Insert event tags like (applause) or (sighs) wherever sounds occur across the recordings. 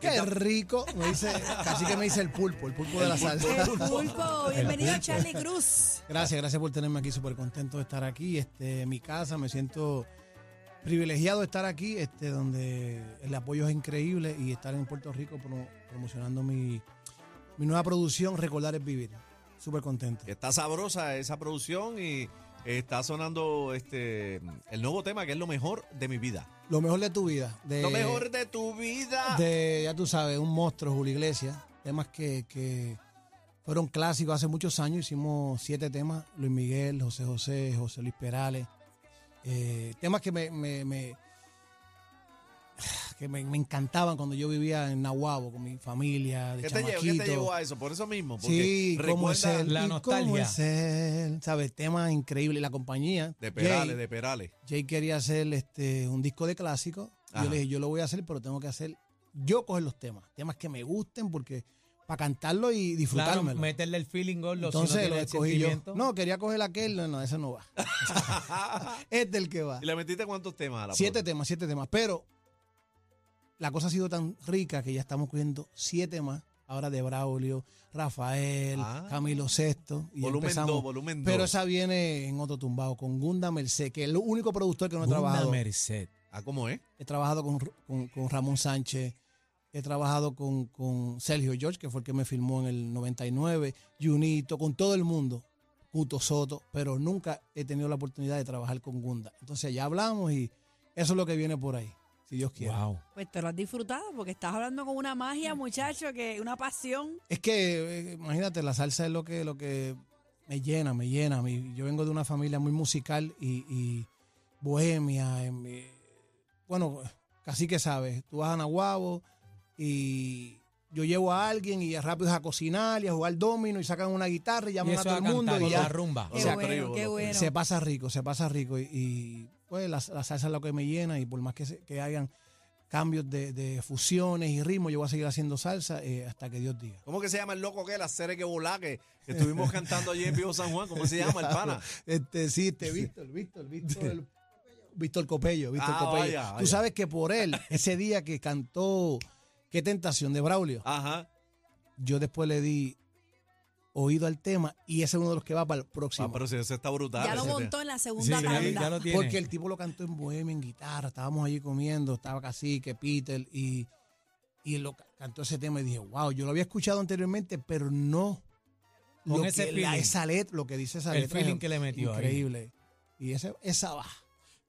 Qué Quita- rico. Me dice, casi que me dice el pulpo, el pulpo de la salsa. El pulpo, bienvenido Charlie Cruz. Gracias, gracias por tenerme aquí, súper contento de estar aquí, este, en mi casa, me siento privilegiado de estar aquí, este, donde el apoyo es increíble y estar en Puerto Rico promo- promocionando mi, mi nueva producción, Recordar es Vivir. Súper contento. Está sabrosa esa producción y está sonando este el nuevo tema que es lo mejor de mi vida. Lo mejor de tu vida. De, lo mejor de tu vida. Eh, de, ya tú sabes, un monstruo, Julio Iglesias. Temas que, que fueron clásicos hace muchos años. Hicimos siete temas. Luis Miguel, José José, José Luis Perales. Eh, temas que me, me- me- (sighs) que me, me encantaban cuando yo vivía en Nahuabo con mi familia. De ¿Qué, te llevó, qué te chamaquito. llevó a eso? Por eso mismo. Porque Sí, cómo es recuerda él, la y Cómo nostalgia. es él, ¿sabes? Temas increíbles. Y la compañía. de Perales, Jay, de Perales. Jay quería hacer este, un disco de clásicos. Y Ajá. Yo le dije, yo lo voy a hacer, pero tengo que hacer, yo coger los temas, temas que me gusten, porque para cantarlo y Claro, disfrutármelo. meterle el feeling gordo Entonces si no lo tiene el escogí yo. sentimiento. No, quería coger aquel, no, no, ese no va. (laughs) este es el que va. ¿Y le metiste cuántos temas a la Siete producción? temas, siete temas. Pero la cosa ha sido tan rica que ya estamos cogiendo siete más. Ahora de Braulio, Rafael, Ah. Camilo VI. Y ya Volumen empezamos. 2, volumen 2. Pero esa viene en otro tumbado con Gunda Merced, que es el único productor que no he Gunda trabajado. Merced. Ah, ¿cómo es? He trabajado con, con- con Ramón Sánchez, he trabajado con, con Sergio George, que fue el que me filmó en el 99, Junito, con todo el mundo, Cuto Soto, pero nunca he tenido la oportunidad de trabajar con Gunda. Entonces ya hablamos y eso es lo que viene por ahí, si Dios quiere. Wow. Pues te lo has disfrutado porque estás hablando con una magia, muchacho, que una pasión. Es que, eh, imagínate, la salsa es lo que, lo que me llena, me llena. Mi- Yo vengo de una familia muy musical y, y bohemia. em, eh, bueno, casi que sabes, tú vas a Nahuabo y yo llevo a alguien y rápido es a cocinar y a jugar domino y sacan una guitarra y y llaman a eso todo a el mundo cantar y con la ya rumba. Qué sea, bueno, creo, qué lo- bueno. se pasa rico, se pasa rico. Y, y, pues la, la salsa es lo que me llena y por más que, se- que hagan cambios de, de fusiones y ritmos, yo voy a seguir haciendo salsa eh, hasta que Dios diga. ¿Cómo que se llama el loco que la serie que volá que que estuvimos cantando allí en Vivo San Juan? ¿Cómo se llama el (laughs) pana? Este, sí, este Víctor, Víctor, Víctor. el- Víctor Copello, Víctor Ah, Copello. vaya, vaya. Tú sabes que por él, ese día que cantó Qué tentación de Braulio, Ajá. yo después le di oído al tema y ese es uno de los que va para el próximo. Ah, pero si ese está brutal. Ya lo ese tema. montó en la Sí, segunda ya, ya tanda. lo tiene. Porque el tipo lo cantó en bohemia, en guitarra. Estábamos allí comiendo, estaba Cacique, Peter, y, y lo ca- cantó ese tema. Y dije, wow, yo lo había escuchado anteriormente, pero no. Con lo ese que, la- feeling. esa let- lo que dice esa El letra. feeling es que le metió ahí. Increíble. Y ese, esa va.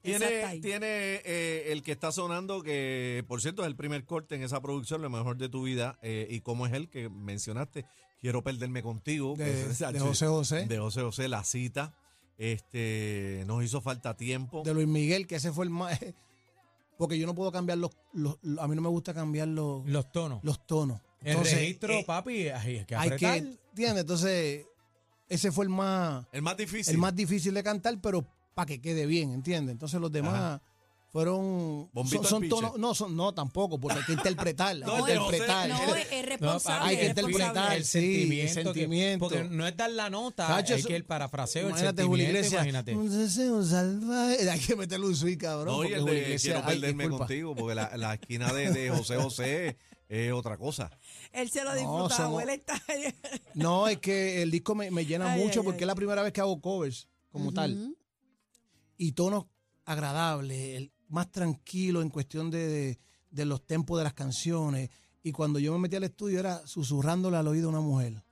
Esa está Tiene, ahí. tiene eh, el que está sonando, que por cierto es el primer corte en esa producción, lo mejor de tu vida, eh, y cómo es el que mencionaste, quiero perderme contigo, De, (laughs) que es- de José José. Pues, de José José, la cita, este, nos hizo falta tiempo. de Luis Miguel, que ese fue el más. (laughs) Porque yo no puedo cambiar los. los- los- a mí no me gusta cambiar los, Los tonos. los tonos. el registro, eh, papi, ay, hay que hay que. apretar. ¿Entiendes? Entonces, ese fue el más. el más difícil. El más difícil de cantar, pero para que quede bien, ¿entiendes? Entonces los demás. Ajá. Fueron. son, Bombito al son pinche. tonos. No, son, no, tampoco, porque hay que (laughs) interpretar. No, hay que el de José, interpretar. No, es- es responsable. papi, Hay que es responsable. interpretar, el sí, el sentimiento. que- sentimiento. porque no es dar la nota, Cacho, es eso- que el parafraseo, el Imagínate, Julio sentimiento, Iglesias. imagínate. Un deseo salvaje. (laughs) Hay que meterle un swing, cabrón. no, y porque el Julio de Iglesias- quiero ay, perderme disculpa. contigo, porque la, la esquina de, de José José es otra cosa. Él se lo No, disfrutaba. somos- él está- No, es que el disco me, me llena Ay, mucho ay, porque ay. es la primera vez que hago covers como tal. Ujú. Y tonos agradables, el más tranquilo en cuestión de, de- de los tempos de las canciones. Y cuando yo me metí al estudio era susurrándole al oído a una mujer.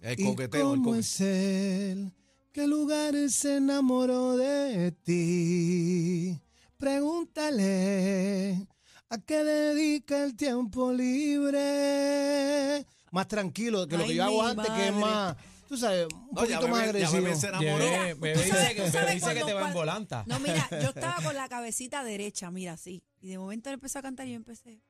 El ¿Y coqueteo, el cómo coqueteo. es él? ¿Qué lugar se enamoró de ti? Pregúntale a qué dedica el tiempo libre. Más tranquilo que lo Ay, que yo hago mi antes, que es madre. más, tú sabes, un No, ya poquito más bebé- ya agresivo. bebé se enamoró. Llevé- Mira, bebé tú sabes- tú dice (laughs) que- bebé sabes dice que cuando te va cual- en volanta. No, mira, yo estaba con la cabecita derecha, mira, así. Y de momento él empezó a cantar y yo empecé,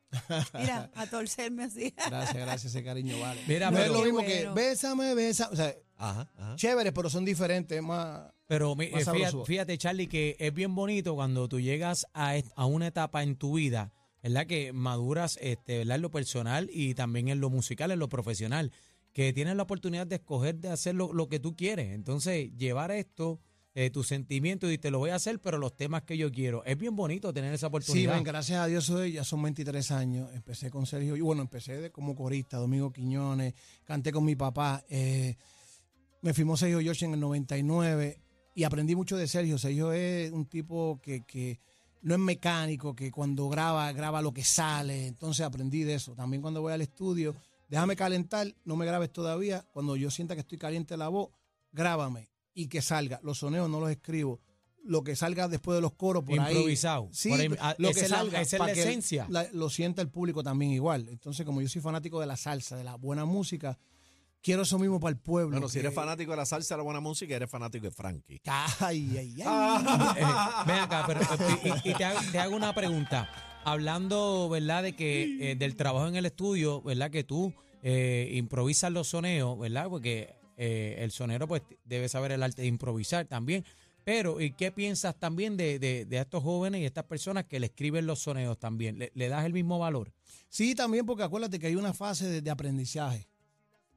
mira, a torcerme así. (laughs) Gracias, gracias, ese cariño vale. Mira, no pero- es lo Qué mismo bueno. que bésame, bésame. O sea, Ajá, ajá. chéveres, pero son diferentes, más. Pero mi- Más eh, fíjate, sabroso. fíjate, Charlie, que es bien bonito cuando tú llegas a, est- a una etapa en tu vida, ¿verdad? Que maduras este, ¿verdad? en lo personal y también en lo musical, en lo profesional, que tienes la oportunidad de escoger, de hacer lo, lo que tú quieres. Entonces, llevar esto, eh, tus sentimientos y te lo voy a hacer, pero los temas que yo quiero. Es bien bonito tener Sí, esa oportunidad. ven, gracias a Dios hoy ya son 23 años. Empecé con Sergio, y bueno, empecé de- como corista, Domingo Quiñones, canté con mi papá. eh, me firmó Sergio George en el 99 y aprendí mucho de Sergio. Sergio es un tipo que, que no es mecánico, que cuando graba, graba lo que sale. Entonces aprendí de eso. También cuando voy al estudio, déjame calentar, no me grabes todavía. Cuando yo sienta que estoy caliente la voz, grábame y que salga. Los soneos no los escribo. Lo que salga después de los coros por ahí. improvisado. Sí, Por ahí, ah, lo esa que es la- salga, esa es la para que esencia. la- lo sienta el público también igual. Entonces, como yo soy fanático de la salsa, de la buena música, quiero eso mismo para el pueblo. Bueno, si que- eres fanático de la salsa, de la buena música, eres fanático de Frankie. Ay, ay, ay. Ah. Eh, ven acá, pero eh, y, y te, hago, te hago una pregunta. Hablando, ¿verdad? De que eh, del trabajo en el estudio, ¿verdad? Que tú eh, improvisas los soneos, ¿verdad? Porque eh, el sonero pues debe saber el arte de improvisar también. Pero, ¿y qué piensas también de, de- de estos jóvenes y estas personas que le escriben los soneos también? ¿Le, le das el mismo valor? Sí, también porque acuérdate que hay una fase de, de aprendizaje.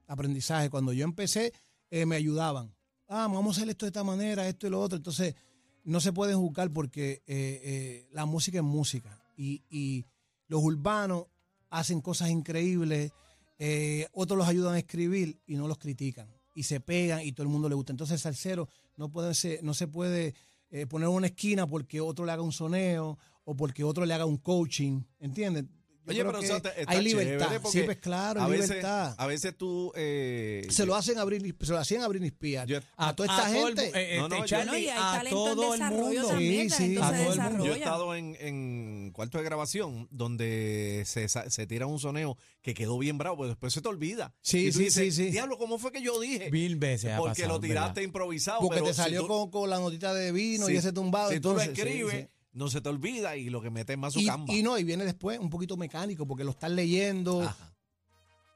Aprendizaje. Cuando yo empecé, eh, me ayudaban. Ah, vamos a hacer esto de esta manera, esto y lo otro. Entonces, no se pueden juzgar porque eh, eh, la música es música. Y, y los urbanos hacen cosas increíbles, eh, otros los ayudan a escribir y no los critican. Y se pegan y todo el mundo le gusta. Entonces, el salsero no, puede ser- no se puede eh, poner en una esquina porque otro le haga un soneo o porque otro le haga un coaching. ¿Entiendes? Yo Oye, creo pero que eso está- está hay chévere, libertad. Sí, porque pues claro, a, hay veces, libertad. a veces tú. eh, se lo hacen abrir, se lo hacían abrir Spears. yo- A toda esta todo el gente. mu- eh, No, este, no, yo- Charlie, Bueno, y hay a talento todo en el desarrollo mundo. Sí, también, la sí. gente A se todo el Yo mundo. he desarrolla. estado en, en cuarto de grabación donde se, sa- se tira un soneo que quedó bien bravo, pero después se te olvida. Sí, y tú sí, dices, sí, sí. Diablo, ¿cómo fue que yo dije? Mil veces ha Porque pasado, lo tiraste ¿verdad? improvisado. Porque pero te si salió tú- con, con la notita de vino si- y ese tumbado. Si entonces, tú lo sí, escribes, sí. no se te olvida y lo que metes más su Y- camba. Y, no, y viene después un poquito mecánico porque lo estás leyendo, Ah. Ajá.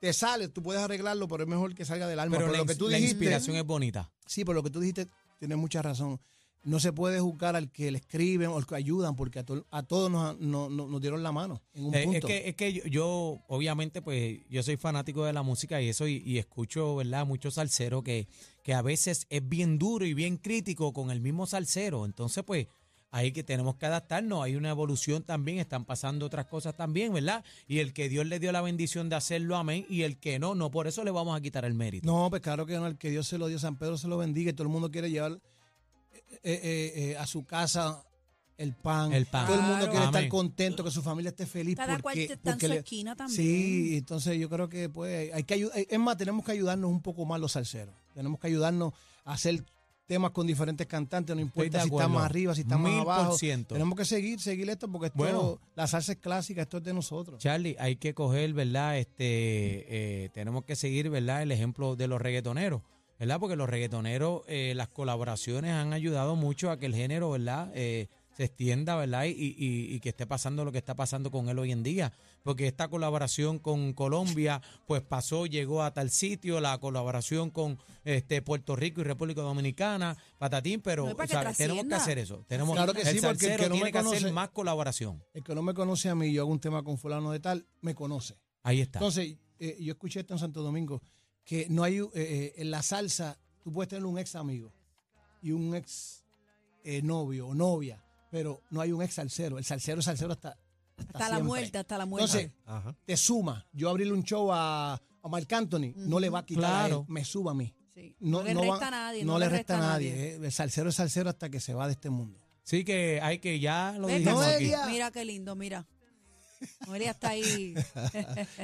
te sale, tú puedes arreglarlo, pero es mejor que salga del alma. Pero Pero la, lo que ins- tú la dijiste, inspiración es bonita. sí, pero lo que tú dijiste tienes mucha razón. No se puede juzgar al que le escriben o al que ayudan porque a, to- a todos nos, nos- nos- nos dieron la mano en un Eh, punto. Es que, es que yo, yo, obviamente, pues yo soy fanático de la música y eso, y, y escucho, ¿verdad?, muchos salseros que, que a veces es bien duro y bien crítico con el mismo salsero. Entonces, pues ahí que tenemos que adaptarnos. Hay una evolución también, están pasando otras cosas también, ¿verdad? Y el que Dios le dio la bendición de hacerlo, amén, y el que no, no, por eso le vamos a quitar el mérito. No, pues claro que no, el que Dios se lo dio, San Pedro se lo bendiga y todo el mundo quiere llevar eh, eh, eh, a su casa el pan. El pan. Todo el mundo quiere Claro. estar Amén. contento, que su familia esté feliz. Cada cual porque, está en porque su le- esquina también. Sí, entonces yo creo que pues hay que ayudar. Es más, tenemos que ayudarnos un poco más los salseros. Tenemos que ayudarnos a hacer temas con diferentes cantantes, no importa si acuerdo. estamos arriba, si estamos Mil por abajo. ciento. Tenemos que seguir, seguir esto porque esto, Bueno. la salsa es clásica, esto es de nosotros. Charlie, hay que coger, ¿verdad? Este, eh, tenemos que seguir, ¿verdad? El ejemplo de los reggaetoneros, ¿verdad? Porque los reggaetoneros, eh, las colaboraciones han ayudado mucho a que el género, ¿verdad? Eh, se extienda, ¿verdad? Y, y- y que esté pasando lo que está pasando con él hoy en día. Porque esta colaboración con Colombia, pues pasó, llegó a tal sitio, la colaboración con este Puerto Rico y República Dominicana, patatín, pero No, y para que ¿sabes? tenemos que trascienda. hacer eso. Tenemos, Claro que el sí, porque el salsero que no me tiene que hacer conoce- más colaboración. El que no me conoce a mí, yo hago un tema con fulano de tal, me conoce. Ahí está. Entonces, eh, yo escuché esto en Santo Domingo, que no hay, eh, eh, en la salsa, tú puedes tener un ex amigo y un ex eh, novio o novia, pero no hay un ex salsero. El salsero es salsero hasta, hasta, Hasta la siempre. muerte, hasta la muerte. Entonces, Ajá. te suma. Yo abrirle un show a, a Marc Anthony, no le va a quitar a él, Claro. me suba a mí. Sí. No, le no va- resta a nadie. no le resta a nadie. eh. El salsero es salsero hasta que se va de este mundo. Sí, que hay que ya lo Ven, dijimos aquí. Noelia. Mira qué lindo, mira. Noelia está (laughs) ahí.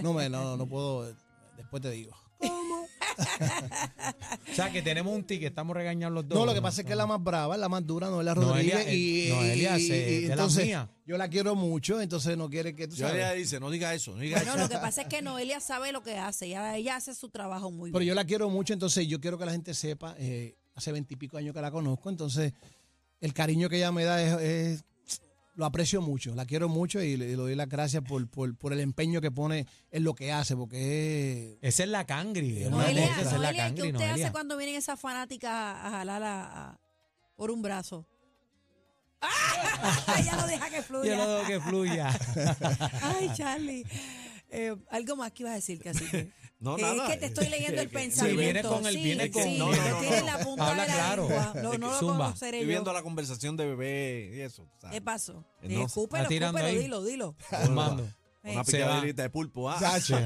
No, me, no, no puedo, eh, después te digo. O sea, que tenemos un ticket, estamos regañando los dos. No, lo que pasa es que es la más brava, la más dura, Noelia Rodríguez. Noelia, eh, y, Noelia, y- se- y- de las entonces, mías. yo la quiero mucho, entonces no quiere que tú Yo ella sabes. dice, no diga eso, no diga Bueno, eso. lo que pasa es que Noelia sabe lo que hace. Ella, ella hace su trabajo muy Pero bien. yo la quiero mucho, entonces yo quiero que la gente sepa, eh, hace veintipico años que la conozco, entonces el cariño que ella me da es, es- lo aprecio mucho, la quiero mucho y le, le doy las gracias por, por, por el empeño que pone en lo que hace, porque es... Esa es la cangri. No, hermano, Noelia, esa es la Noelia, ¿qué cangri, usted hace Noelia. cuando vienen esas fanáticas a, a jalar a- a- por un (laughs) brazo? ¡Ah! Ella no deja que Yo no fluya. (laughs) dejo que fluya. Ay, Charlie. Eh, algo más que ibas a decir, casi. No, Que nada. Es que te estoy (laughs) leyendo el que- que- pensamiento. viene con el- sí, viene sí, con- no, no, lo (laughs) no, tiene no. en la punta Habla de la claro. lengua. Es No, que no lo zumba. conoceré Estoy yo. viendo la conversación de bebé y eso. ¿sabes? ¿Qué pasó? No, No, escúpelo, está tirando escúpelo, ahí. dilo, dilo. Fumando. Una Se va. picadita de pulpo. Ah. (laughs) se,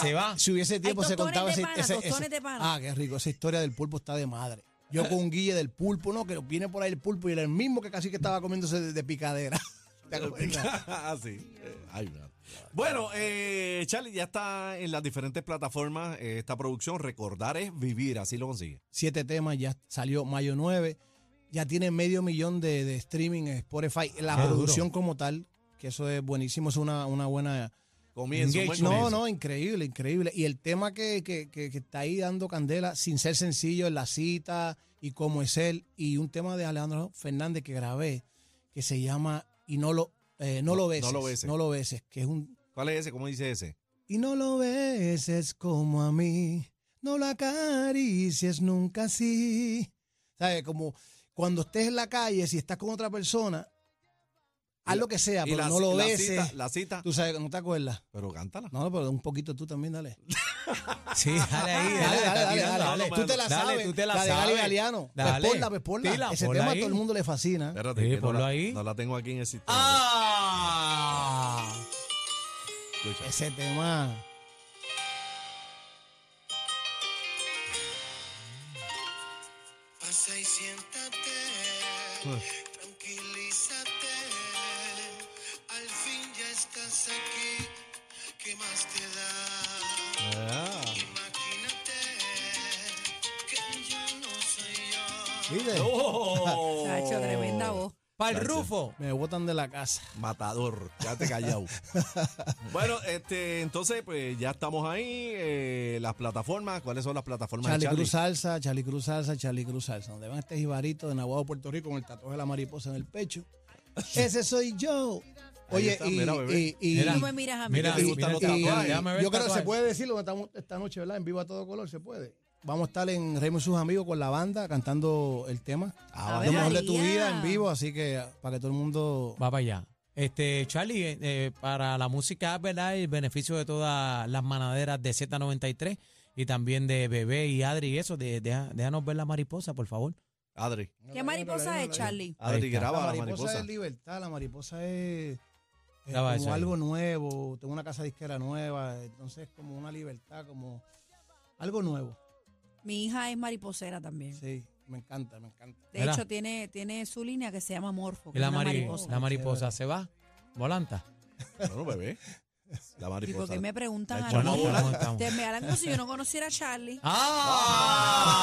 se va. Si hubiese tiempo se tostones contaba de ese- pana, ese- tostones ese- de pana. Ah, qué rico, esa historia del pulpo está de madre. Yo con Guille del pulpo, no, que viene por ahí el pulpo y era el mismo que casi que estaba comiéndose de, de picadera. (laughs) ¿Te acuerdas? Ah, sí. Eh, ay, no. Bueno, eh, Charlie, ya está en las diferentes plataformas eh, esta producción. Recordar es vivir, así lo consigue. Siete temas, ya salió mayo 9, ya tiene medio millón de, de streaming en Spotify. La Qué duro. producción como tal, que eso es buenísimo, es una, una buena... Comienzo. un buen Engage, No, comienzo. no, increíble, increíble. Y el tema que, que- que- que está ahí dando candela, sin ser sencillo, en la cita y cómo es él, y un tema de Alejandro Fernández que grabé, que se llama Y no lo, eh, no, No- lo no beses. lo beses. No lo beses, que es un... ¿Cuál es ese? ¿Cómo dice ese? Y no lo beses como a mí, no lo acaricies nunca así. ¿Sabes? Como cuando estés en la calle, si estás con otra persona, Y haz la- lo que sea, Y pero la- no lo la beses. Cita, la cita. Tú sabes, no te acuerdas. Pero cántala. No, pero un poquito tú también, dale. Sí, dale ahí. Dale, dale, dale, dale, tirando, dale. dale. Tú te la Dale, sabes. tú te la de Gali Pues sabes. Galeano. Dale. Vesporla, Tila, vesporla. Ese ponla tema a ahí. todo el mundo le fascina. Espérate, Sí, que no ponlo la- ahí. No la tengo aquí en el sistema. ¡Ah! Escucha. Ese tema. Pasa y siéntate, tranquilízate. Al fin ya estás aquí, ¿qué más te da? Ah. Imagínate que ya no soy yo. ¿Viste? ¡Oh! Chacho, tremenda voz. Pa'l Rufo. Me botan de la casa. Matador, ya te callado. bueno, este, entonces, pues ya estamos ahí. eh, las plataformas, ¿cuáles son las plataformas Charlie, de Charlie? Cruz Salsa, Charlie Cruz Salsa, Charlie Cruz Salsa. Donde van este jibarito de Nahuatl, Puerto Rico, con el tatuaje de la mariposa en el (laughs) pecho. Ese soy yo. Ahí Oye, está, y, mira, bebé. y- y- Mira. No me miras a mí. Mira, ¿Te y- gustan los y- tatuajes? Déjame ver yo creo que se tatuajes. puede decir lo que estamos esta noche, ¿verdad? En vivo a todo color, se puede. Vamos a estar en Remo y sus amigos con la banda cantando el tema. Ah, Ave Lo vaya. mejor de tu María. vida en vivo, así que ah, para que todo el mundo Va para allá. Este, Charlie, eh, eh, para la música, ¿verdad? El beneficio de todas las manaderas de Z93 y también de Bebé y Adri y eso. de- deja- déjanos ver la mariposa, por favor. Adri. ¿Qué mariposa es, Charlie? Adri, Ahí está. graba la la mariposa, mariposa. es libertad, la mariposa es, es Graba eso como ahí. algo nuevo, tengo una casa disquera nueva, entonces es como una libertad, como algo nuevo. Mi hija es mariposera también. Sí, me encanta, me encanta. De Mira. hecho, tiene, tiene su línea que se llama Morfo. que Y la, es una mari- mariposa. la mariposa se va. Volanta. Bueno, bebé. La ¿Y por mariposa. qué me preguntan La a chona mí? volando, estamos. Te me harán como si yo no conociera a Charlie.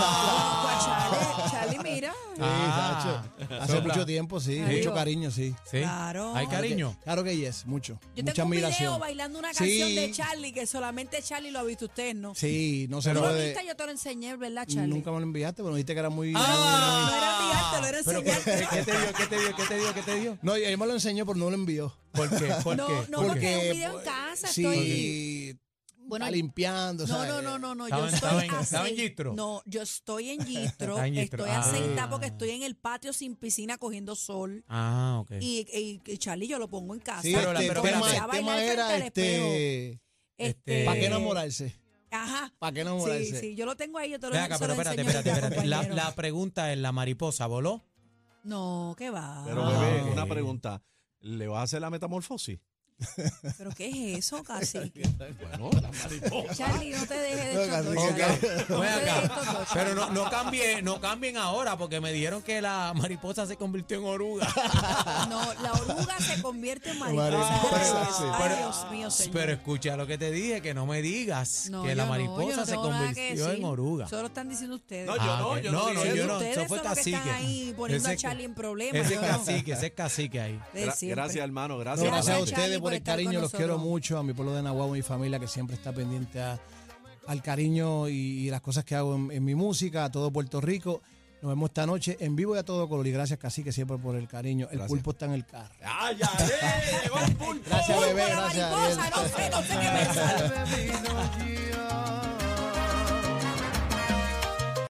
¡Ah! Conozco a Charlie. Charlie, mira. Sí, Ah, Sacho, hace sopla. mucho tiempo, sí, Ahí mucho va. cariño, sí. Sí. Claro. Hay cariño. Claro que yes, mucho. Yo mucha tengo un video admiración. bailando una Sí. canción de Charlie que solamente Charlie lo ha visto usted, ¿no? Sí, no se Tú lo lo puede. viste, yo te lo enseñé, ¿verdad, Charlie? Nunca me lo enviaste, pero dijiste que era muy. Ah. No era mirártelo, era ¿Pero qué, enseñarte. qué te dio? ¿Qué te dio? ¿Qué te dio? ¿Qué te dio? No, y él me lo enseñó, pero no lo envió. ¿Por qué? ¿Por No, qué? no, ¿Por no, qué? que- un video en casa, sí, estoy- Bueno, Bueno, limpiando, eh, No, ¿sabes? no, no, no, no. Yo Estaba en- estoy estaba en- acei- estaba en Gistro. No, yo estoy (laughs) en Gistro. Estaba en Gistro, Estoy ah. aceitada porque estoy en el patio sin piscina cogiendo sol. Ah, ok. Y, y- y Charlie, yo lo pongo en casa. Sí, Pero la- este pero tema, espérate. el tema era este. este, ¿Para qué enamorarse? Ajá. ¿Para qué enamorarse? Eh. Sí, sí, yo lo tengo ahí, yo te lo Ven acá, se lo pero espérate, enseño espérate, ahorita, espérate. La, compañero. la pregunta es, ¿la mariposa voló? No, qué va. Pero, Ah, bebé, ok. una pregunta. ¿Le vas a hacer la metamorfosis? ¿Pero qué es (laughs) eso, casi? Bueno, la mariposa. Charlie, no te dejes de No, estos dos, Cacique, Charlie. No Ven te acá. dejes de estos dos, Charlie. Pero no, no cambien, no cambien ahora porque me dijeron que la mariposa se convirtió en oruga. No, la oruga se convierte en mariposa. Mariposa, sí. Ay, Pero- Dios mío, señor. Pero escucha lo que te dije, que no me digas No, que la yo no, yo mariposa no se tengo nada que convirtió en decir. oruga. Solo están diciendo ustedes. No, yo Ah, no, ok. yo no no, estoy no, yo diciendo no, ustedes eso fue son los que están cacique. ahí poniendo a es ca- Charlie en problemas, Ese es yo (laughs) no. cacique, ese es cacique ahí. De Gra- siempre. gracias, hermano. No, Gracias. gracias a Charlie, ustedes por por el estar cariño, con los quiero nosotros. mucho, a mi pueblo de Nahuatl, mi familia que siempre está pendiente a- al cariño y, y las cosas que hago en, en mi música, a todo Puerto Rico. Nos vemos esta noche en vivo y a todo color. Y gracias, Cacique, siempre por el cariño. El Gracias. pulpo está en el carro. ¡Ay, ay! ¡Llegó el pulpo! Gracias, Pulpo, bebé. la (laughs) Gracias, mariposa, Ariel. no sé, no sé qué pensar. Bebido yo.